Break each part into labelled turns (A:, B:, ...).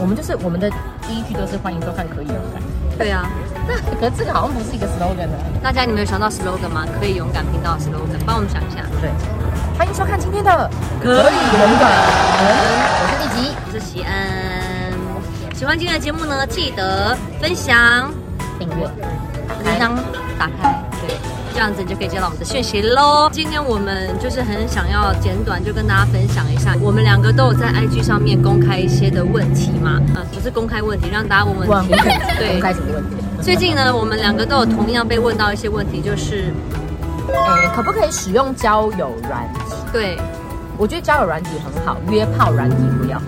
A: 我们就是我们的第一句都是欢迎收看可以勇敢。
B: 对啊，
A: 那可是这个好像不是一个 slogan 啊。
B: 大家你们有想到 slogan 吗？可以勇敢频道的 slogan，帮我们想一下。
A: 对，欢迎收看今天的
B: 可以勇
A: 敢。我是立吉，
B: 我是喜恩，喜欢今天的节目呢，记得分享、
A: 订阅，
B: 铃铛打开，对，这样子你就可以接到我们的讯息喽。今天我们就是很想要简短就跟大家分享一下，我们两个都有在 IG 上面公开一些的问题嘛，呃，不是公开问题，让大家问问题。
A: 公 开
B: 对，
A: 什么问题？
B: 最近呢，我们两个都有同样被问到一些问题，就是
A: 诶，呃可不可以使用交友软体？
B: 对，
A: 我觉得交友软体很好，约炮软体不要。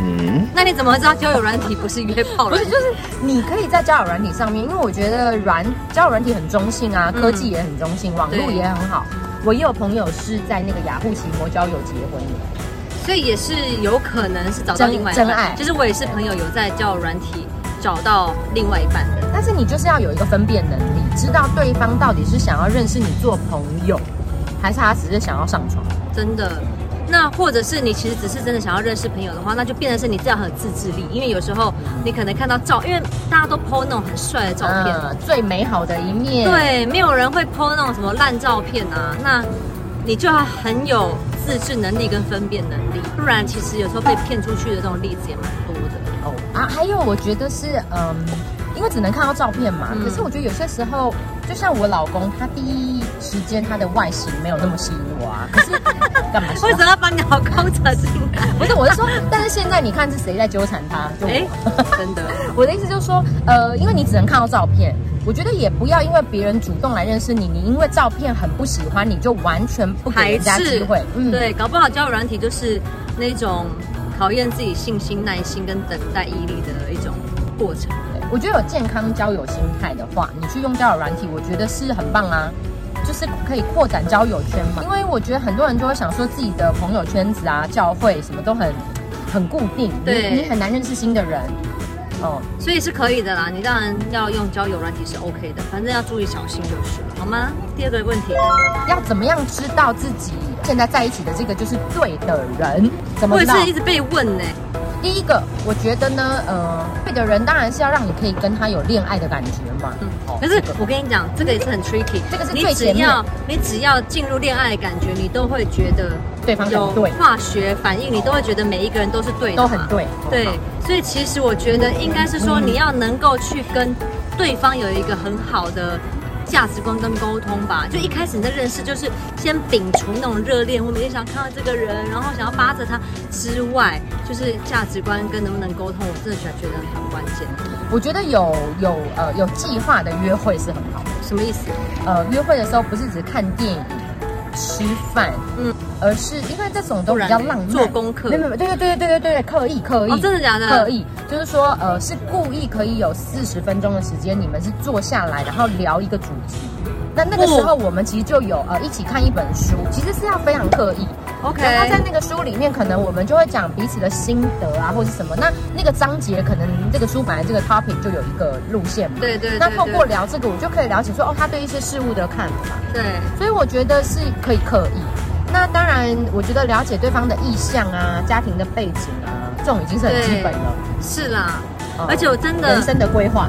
C: 嗯，
B: 那你怎么会知道交友软体不是约炮
A: 不
B: 软
A: 是，
B: 体？
A: 就是你可以在交友软体上面，因为我觉得软交友软体很中性啊，
B: 嗯
A: 科技也很中性，网络
B: 对
A: 也很好。我也有朋友是在那个雅虎奇摩交友结婚的，
B: 所以也是有可能是找到
A: 真
B: 另外一
A: 真
B: 半
A: 爱，
B: 就是我也是朋友有在交友软体找到另外一半的，
A: 但是你就是要有一个分辨能力，知道对方到底是想要认识你做朋友，还是他只是想要上床。
B: 真的。那或者是你其实只是真的想要认识朋友的话，那就变成是你这样很有自制力，因为有时候你可能看到照，因为大家都 PO 那种很帅的照片，
A: 嗯，最美好的一面。，
B: 对，没有人会 PO 那种什么烂照片啊。那你就要很有自制能力跟分辨能力，不然其实有时候被骗出去的这种例子也蛮多的。
A: 哦啊，还有我觉得是嗯，因为只能看到照片嘛。
B: 嗯
A: 可是我觉得有些时候，就像我老公，他第一时间他的外形没有那么吸引我啊。可是 干嘛？
B: 为什么要把你老公扯进 来？
A: 不是，我是说，但是现在你看是谁在纠缠他？就我。
B: 哎，真的，
A: 我的意思就是说，呃，因为你只能看到照片，我觉得也不要因为别人主动来认识你，你因为照片很不喜欢，你就完全不给
B: 排
A: 人家
B: 斥
A: 机会。，嗯
B: 对，搞不好交友软体就是那种考验自己信心、耐心跟等待毅力的一种过程。
A: 对我觉得有健康交友心态的话，你去用交友软体，我觉得是很棒啊，就是可以扩展交友圈嘛。因为我觉得很多人就会想说自己的朋友圈子啊、教会什么都很很固定，你
B: 对
A: 你很难认识新的人。哦，
B: 所以是可以的啦，你当然要用交友软体是 OK 的，反正要注意小心就是了，好吗？第二个问题，
A: 要怎么样知道自己现在在一起的这个就是对的人？怎么
B: 我
A: 知
B: 也
A: 道？
B: 是一直被问呢、
A: 第一个，我觉得呢，呃，对的人当然是要让你可以跟他有恋爱的感觉嘛。
B: 嗯
A: 哦，
B: 可是
A: 这个
B: 我跟你讲，这个也是很 tricky，
A: 这个是
B: 你
A: 最
B: 只
A: 前面
B: 要你只要进入恋爱的感觉，你都会觉得
A: 对方
B: 有
A: 很对，
B: 化学反应，你都会觉得每一个人都是对的，
A: 都很。对。
B: 对
A: 哦，
B: 所以其实我觉得应该是说，你要能够去跟对方有一个很好的价值观跟沟通吧。就一开始你的认识，就是先摒除那种热恋，我每天想看到这个人，然后想要扒着他之外，就是价值观跟能不能沟通，我真的觉得很关键。
A: 我觉得有有呃有计划的约会是很好的。
B: 什么意思？
A: 呃，约会的时候不是只看电影、吃饭，
B: 嗯
A: 嗯，而是因为这种都比较浪漫，
B: 做功课
A: 没有没有，对对对对对对对，刻意刻意、
B: 哦真的假的
A: 刻意就是说呃是故意可以有四十分钟的时间，你们是坐下来然后聊一个主题。那那个时候，我们其实就有呃一起看一本书，其实是要非常刻意。
B: OK
A: 然后在那个书里面，可能我们就会讲彼此的心得啊，或是什么。那那个章节，可能这个书本来这个 topic 就有一个路线嘛。
B: 对对对
A: 那透
B: 对
A: 过聊这个，我就可以了解说，哦，他对一些事物的看法。
B: 对，
A: 所以我觉得是可以刻意。那当然，我觉得了解对方的意向啊、家庭的背景啊，这种已经是很基本了。
B: 是啦。
A: 嗯
B: 而且我真的
A: 人生的规划，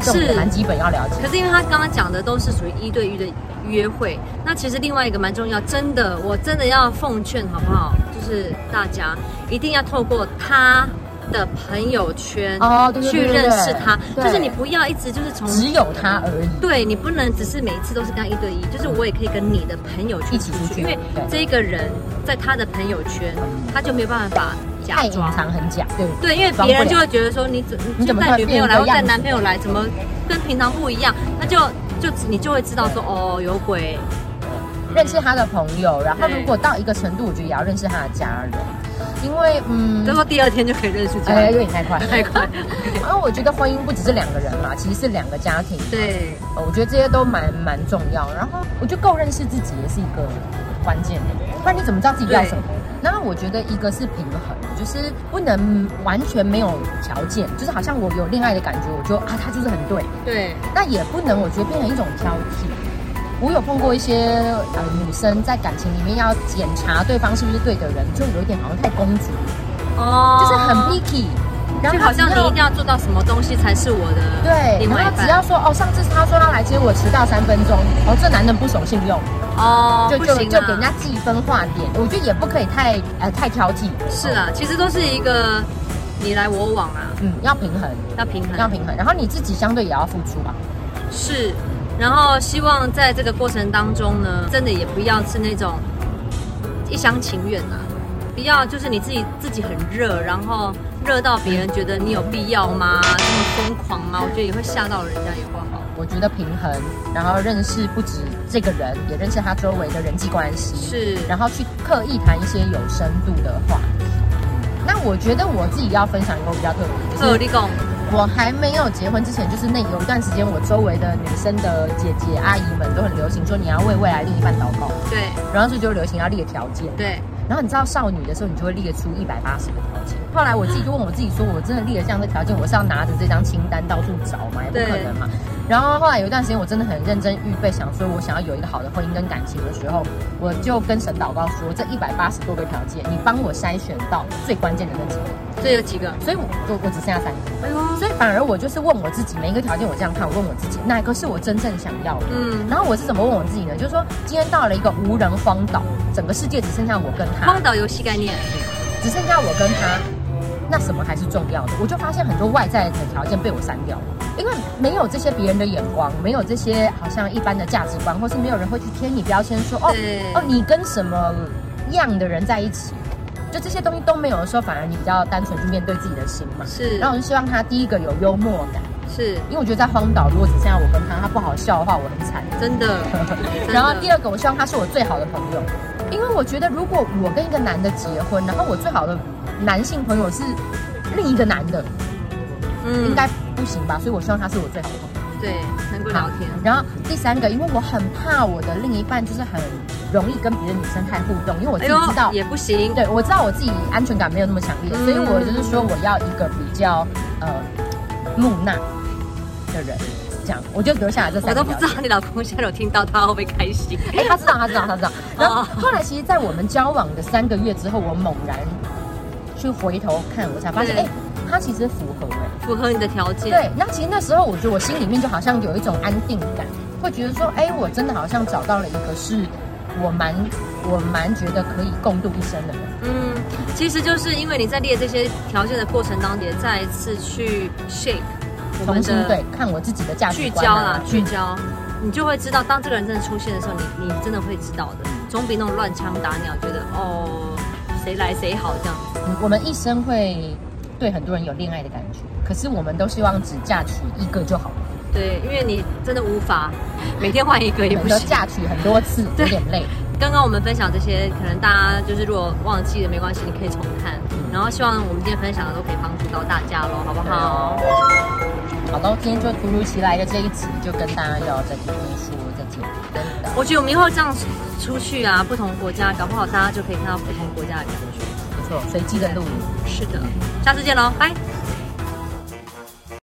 A: 这种
B: 是
A: 也蛮基本要了解。
B: 可是因为他刚刚讲的都是属于一对一的约会，那其实另外一个蛮重要，真的，我真的要奉劝好不好？就是大家一定要透过他的朋友圈
A: 哦对对
B: 去
A: 对对
B: 认识
A: 对
B: 他，
A: 对
B: 就是你不要一直就是从
A: 只有他而已。
B: 对你不能只是每一次都是跟他一对一，就是我也可以跟你的朋友圈
A: 一起出去
B: 因为
A: 对
B: 这个人在他的朋友圈，他就没有办法假
A: 嗯太隐
B: 装。
A: 藏很假，对不
B: 对，因为
A: 装
B: 别
A: 不
B: 人
A: 了
B: 就会觉得说你怎
A: 你怎么
B: 就带女朋友来，
A: 突然变一个
B: 或带
A: 样子
B: 男朋友来，怎么跟平常不一样？那就就你就会知道说哦，有鬼。
A: 认识他的朋友，然后
B: 对
A: 如果到一个程度，我觉得也要认识他的家人，因为嗯
B: 就，说第二天就可以认识这
A: 哎，有
B: 样，
A: 点太快，
B: 太 快。
A: 因为我觉得婚姻不只是两个人嘛，其实是两个家庭。
B: 对，
A: 呃我觉得这些都蛮蛮重要。然后我觉得够认识自己也是一个关键的，不然你怎么知道自己要什么？然后我觉得一个是平衡，就是不能完全没有条件，就是好像我有恋爱的感觉，我就啊他就是很对，
B: 对，
A: 那也不能我觉得变成一种挑剔。我有碰过一些呃女生在感情里面要检查对方是不是对的人，就有一点好像太公主，
B: 哦
A: 就是很 picky。然
B: 就
A: 后
B: 好像
A: 只
B: 你
A: 要
B: 一定要做到什么东西才是我的
A: 对，
B: 另外
A: 然后
B: 一
A: 只
B: 半
A: 要说哦，上次他说他来接我迟到三分钟，哦，这男人不守信用，
B: 哦，
A: 就
B: 不
A: 就
B: 行
A: 就
B: 啊
A: 给人家记分化点。我觉得也不可以太呃太挑剔，
B: 是啊，其实都是一个你来我往啊，
A: 嗯，要平衡，
B: 要平衡，
A: 要平衡。然后你自己相对也要付出吧。
B: 是，然后希望在这个过程当中呢，真的也不要是那种一厢情愿啊，不要就是你自己自己很热，然后热到别人觉得你有必要吗？这么疯狂吗？我觉得也会吓到人家，也不好。
A: 我觉得平衡，然后认识不止这个人，也认识他周围的人际关系，
B: 是
A: 然后去刻意谈一些有深度的话。嗯那我觉得我自己要分享一个比较特别，
B: 所
A: 就
B: 以我
A: 是
B: 立功，
A: 我还没有结婚之前，就是那有一段时间，我周围的女生的姐姐阿姨们都很流行说你要为未来另一半祷告，
B: 对
A: 然后所以就流行要列条件。
B: 对，
A: 然后你知道少女的时候，你就会列出一百八十个条件。后来我自己就问我自己说，我真的列了这样的条件，我是要拿着这张清单到处找吗？也不可能嘛。然后后来有一段时间，我真的很认真预备，想说我想要有一个好的婚姻跟感情的时候，我就跟神祷告说，这一百八十多个条件，你帮我筛选到最关键的那几个。
B: 这有几个？
A: 所以我就我只剩下三个。
B: 哎呦，
A: 所以反而我就是问我自己，每一个条件我这样看，我问我自己哪一个是我真正想要的。
B: 嗯
A: 然后我是怎么问我自己呢？就是说今天到了一个无人荒岛，整个世界只剩下我跟他
B: 荒，岛游戏概念，
A: 只剩下我跟他，那什么还是重要的？我就发现很多外在的条件被我删掉了，因为没有这些别人的眼光，没有这些好像一般的价值观，或是没有人会去贴你标签说哦
B: 对
A: 哦你跟什么样的人在一起，就这些东西都没有的时候，反而你比较单纯去面对自己的心嘛。
B: 是
A: 然后我就希望他第一个有幽默感，
B: 是
A: 因为我觉得在荒岛，如果只剩下我跟他，他不好笑的话，我很惨。。
B: 真的
A: 然后第
B: 二，
A: 二个，我希望他是我最好的朋友，因为我觉得如果我跟一个男的结婚，然后我最好的男性朋友是另一个男的，
B: 嗯
A: 应该不行吧？所以我希望他是我最好的朋友。
B: 对，能够聊天，
A: 然后第三个，因为我很怕我的另一半就是很容易跟别的女生太互动，因为
B: 哎
A: 我自己知道，
B: 也不行，
A: 对我知道我自己安全感没有那么强烈，
B: 嗯
A: 所以我就是说我要一个比较呃木讷的人，这样我就留下来这
B: 我
A: 三
B: 都
A: 个
B: 不
A: 条
B: 知
A: 件。
B: 道你老公现在有听到，他会不会开心？
A: 哎、他知道，他知道，他知道。然后
B: 哦
A: 后来，其实，在我们交往的三个月之后，我猛然去回头看，我才发现，哎、
B: 对
A: 他其实符合哎、
B: 符合你的条件。
A: 对，那其实那时候，我觉得我心里面就好像有一种安定感，会觉得说，哎、我真的好像找到了一个是我蛮我蛮觉得可以共度一生的人。
B: 嗯，其实就是因为你在列这些条件的过程当中，也再一次去 shape 我
A: 重
B: 们
A: 新对
B: 的
A: 看我自己的价值
B: 聚焦
A: 观、啊
B: 啦，，聚焦，你就会知道，当这个人真的出现的时候，你你真的会知道的，总比那种乱枪打鸟，觉得哦谁来谁好这样。
A: 嗯我们一生会对很多人有恋爱的感觉，可是我们都希望只嫁娶一个就好了，
B: 对，因为你真的无法每天换一个也
A: 很
B: 不
A: 多
B: 行。
A: 嫁娶很多次有
B: 对
A: 点累。
B: 刚刚我们分享这些，可能大家就是如果忘记了没关系，你可以重看。然后希望我们今天分享的都可以帮助到大家喽，好不
A: 啊
B: 好？
A: 好的，今天就突如其来的这一集，就跟大家要再继续说再见，真的。
B: 我觉得我们以后这样出去啊，不同国家，搞不好大家就可以看到不同国家的感觉。嗯
A: 不错，随机的录影。
B: 是的，下次见喽，拜。